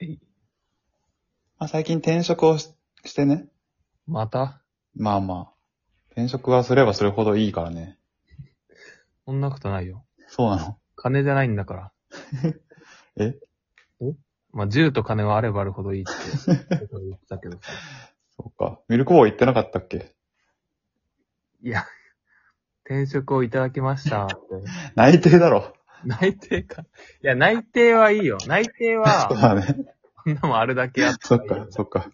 えい。まあ、最近転職をししてね。またまあまあ。転職はすればするほどいいからね。そんなことないよ。そうなの。金じゃないんだから。 ええまあ、銃と金はあればあるほどいいって僕は言ってたけどさ。 そうか。ミルクボーイ行ってなかったっけいや、転職をいただきまし たって。内定だろ。内定か。いや、内定はいいよ。内定 そうだは、ね。こんなもんあるだけあって。そっか、そっか、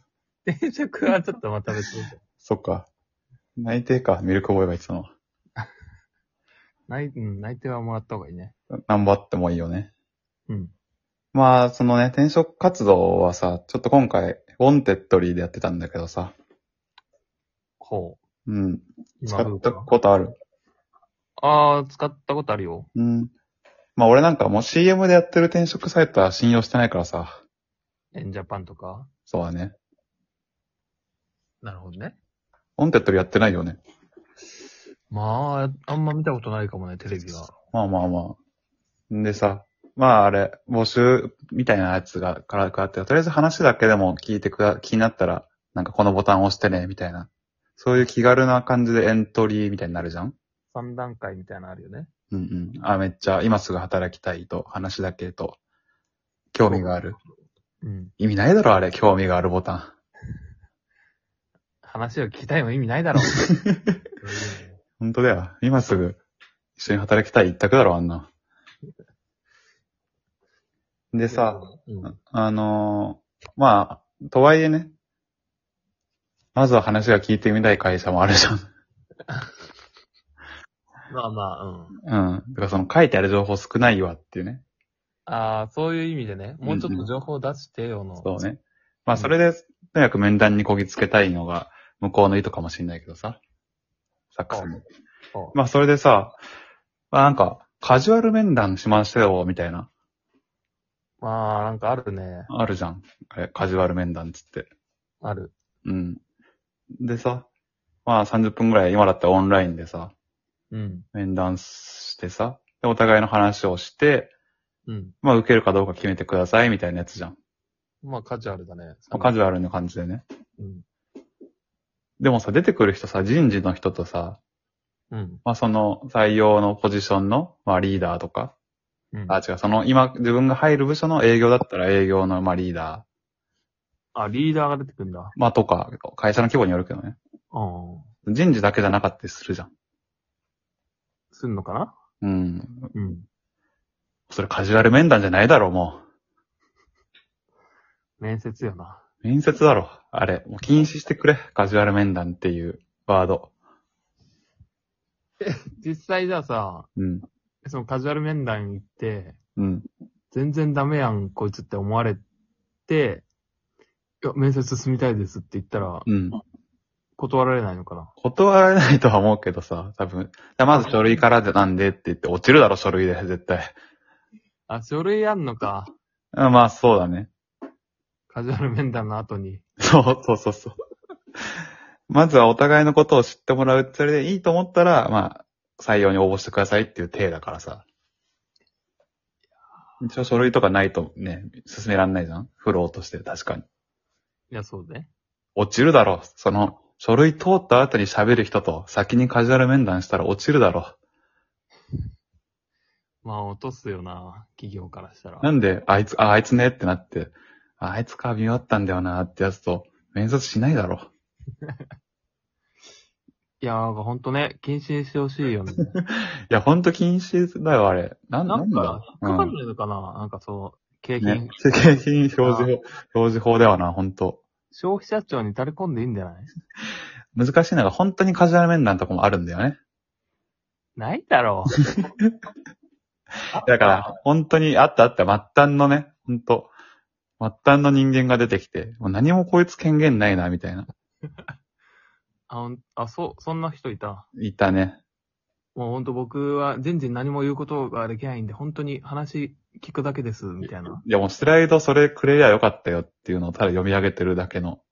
転職はちょっとまた別に。そっか。内定か、ミルクボーイが言ってたのは。内うん、内定はもらった方がいいね。頑張ってもいいよね。うん。まあ、そのね、転職活動はさ、ちょっと今回、ウォンテッドリーでやってたんだけどさ。ほう。うん。使今どうったか。ことある。ああ、使ったことあるよ。うん。まあ俺なんかもう CM でやってる転職サイトは信用してないからさ。エンジャパンとか。そうだね。なるほどね。オンテッドリやってないよね。まあ、あんま見たことないかもね、テレビは。まあまあまあ。んでさ、まああれ、募集みたいなやつがからかって、とりあえず話だけでも聞いてくだ、気になったら、なんかこのボタン押してね、みたいな。そういう気軽な感じでエントリーみたいになるじゃん3段階みたいなのあるよね。うんうん。あ、めっちゃ今すぐ働きたいと、話だけと、興味がある。うん。意味ないだろ、あれ、興味があるボタン。話を聞きたいの意味ない だろう。うん本当だよ。今すぐ、一緒に働きたい一択だろ、あんな。でさ、、うん。あのーまあ、とはいえね、まずは話が聞いてみたい会社もあるじゃん。まあまあ、ううん。ん。だからその書いてある情報少ないわっていうね。ああ、そういう意味でね、もうちょっうんうとん情報を出してよの。そうね。まあそれで、とにかく面談にこぎつけたいのが、向こうの意図かもしれないけどさ。サックスに。そまあそれでさ、まあなんか、カジュアル面談しましたよ、みたいな。うまあ、なんかあるね。あるじゃん。あれ、カジュアル面談っつって。ある。うん。でさ、まあ30分ぐらい今だったらオンラインでさ、うん。面談してさ、でお互いの話をして、うん。まあ受けるかどうか決めてくださいみたいなやつじゃん。まあ、カジュアルだね。まあカジュアルな感じでね。うん。でもさ、出てくる人さ、人事の人とさ、うん。まあその採用のポジションの、まあリーダーとか、うん。あ、違う、その今自分が入る部署の営業だったら営業の、まあリーダー、あ、リーダーが出てくるんだ。まあとか、会社の規模によるけどね。うん。人事だけじゃなかったりするじゃん。すんのかなうん。うん。それカジュアル面談じゃないだろ、もう。面接よな。面接だろ。あれ、もう禁止してくれ。カジュアル面談っていうワード。実際じゃあさ、うん。そのカジュアル面談行って、うん。全然ダメやん、こいつって思われて、いや、面接進みたいですって言ったら、うん。断られないのかな断られないとは思うけどさ、多分。じゃあまず書類からでなんでって言って落ちるだろ、書類で、絶対。あ、書類あんのか。あまあ、そうだね。 カジュアル面談の後に。そう、そうそうそう。まずはお互いのことを知ってもらう。それでいいと思ったら、まあ、採用に応募してくださいっていう体だからさ。一応書類とかないとね、進めらんないじゃんフローとして、確かに。いや、そうね。落ちるだろ。その、書類通った後に喋る人と先にカジュアル面談したら落ちるだろ。まあ、落とすよな、企業からしたら。なんで、あいつ、あ、あいつねってなって、ああいつか見終わったんだよなってやつと、面接しないだろ。いやー、ほんとね、禁止してほしいよね。いや、ほんと禁止だよ、あれ。なん、ななんんかだ、引っかかうるん。のかな、なんかそう、景品、ね、世界的に表示法、表示法ではな、ほんと。消費者庁に垂れ込んでいいんじゃない難しいのが、本当にカジュアル面談とかもあるんだよね。ないだろ う。だから、本当にあったあった、末端のね、本当末端の人間が出てきて、もう何もこいつ権限ないな、みたいな。あ、ほんあ、そう、そんな人いた。いたね。もうほんと僕は全然何も言うことができないんで、本当に話聞くだけです、みたいな。いやもうスライドそれくれりゃよかったよっていうのをただ読み上げてるだけの。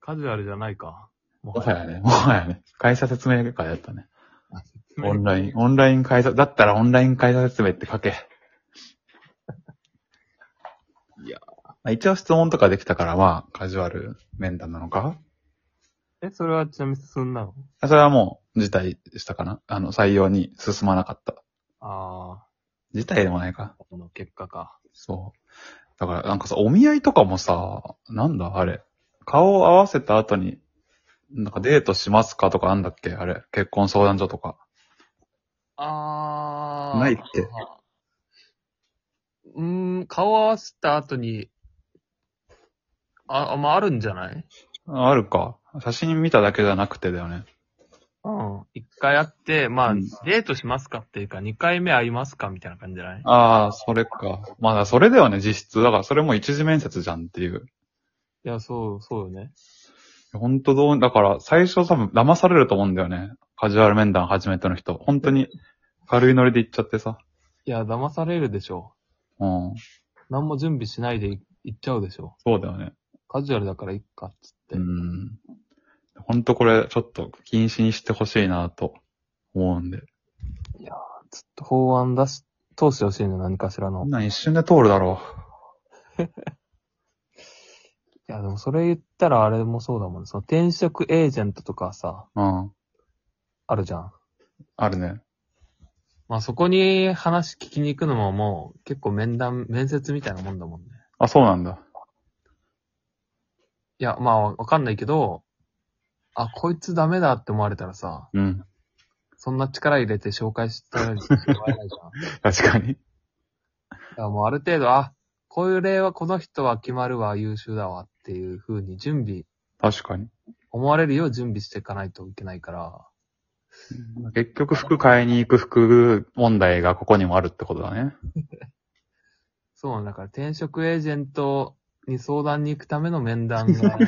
カジュアルじゃないか。ももはやね、もはやね。会社説明会だったね。 オンライン、ン。オンライン会社、だったらオンライン会社説明って書け。いやまあ一応質問とかできたから、まあ、カジュアル面談なのかえ、それはちなみに進んだのそれはもう、辞退したかなあの、採用に進まなかった。あ辞退でもないかあ。、この結果か。そう。だから、なんかさ、お見合いとかもさ、なんだあれ。顔を合わせた後に、なんかデートしますかとかあんだっけあれ。結婚相談所とか。あーないっけうーん、顔合わせた後に、あ、あまあ、あるんじゃないああるか。写真見ただけじゃなくてだよね。うん。一回会って、まあ、うんデートしますかっていうか、二回目会いますかみたいな感じじゃないああ、それか。まあ、それだよね、実質。だから、それも一次面接じゃんっていう。いや、そう、そうよね。ほんとどう、だから、最初多分騙されると思うんだよね。カジュアル面談初めての人。本当に、軽いノリで行っちゃってさ。いや、騙されるでしょうん。う。何も準備しないでい行っちゃうでしょそうだよね。う。カジュアルだからいっか、っつって。うん。ほんとこれ、ちょっと禁止にしてほしいなと思うんで。ちょっと法案出し、通してほしいの、何かしらの。こんいなん一瞬で通るだろや、でもそれ言ったらあれもそうだもんね。その転職エージェントとかさ、う。うん。あるじゃん。あるね。まあそこに話聞きに行くのももう結構面談、面接みたいなもんだもんね。あ、そうなんだ。いや、まあわかんないけど、あ、こいつダメだって思われたらさ、うん。そんな力入れて紹介して もらえないじゃん。確かに。だからもうある程度、あ、こういう例はこの人は決まるわ、優秀だわっていう風に準備、確かに。思われるよう準備していかないといけないから、結局服買いに行く服問題がここにもあるってことだね。そう、だから転職エージェントに相談に行くための面談が、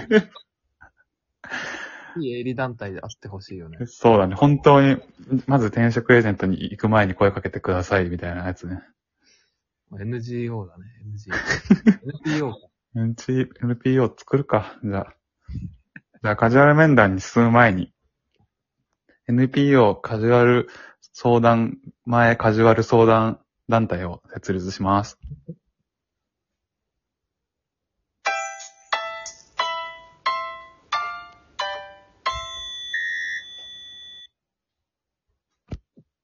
いい営利団体であってほしいよ ね。そうだね。本当に、まず転職エージェントに行く前に声かけてくださいみたいなやつね。 NGO だね、NGO。NPO か。 NP NPO 作るか。じゃあ。じゃあ、カジュアル面談に進む前に。NPO カジュアル相談、前カジュアル相談団体を設立します。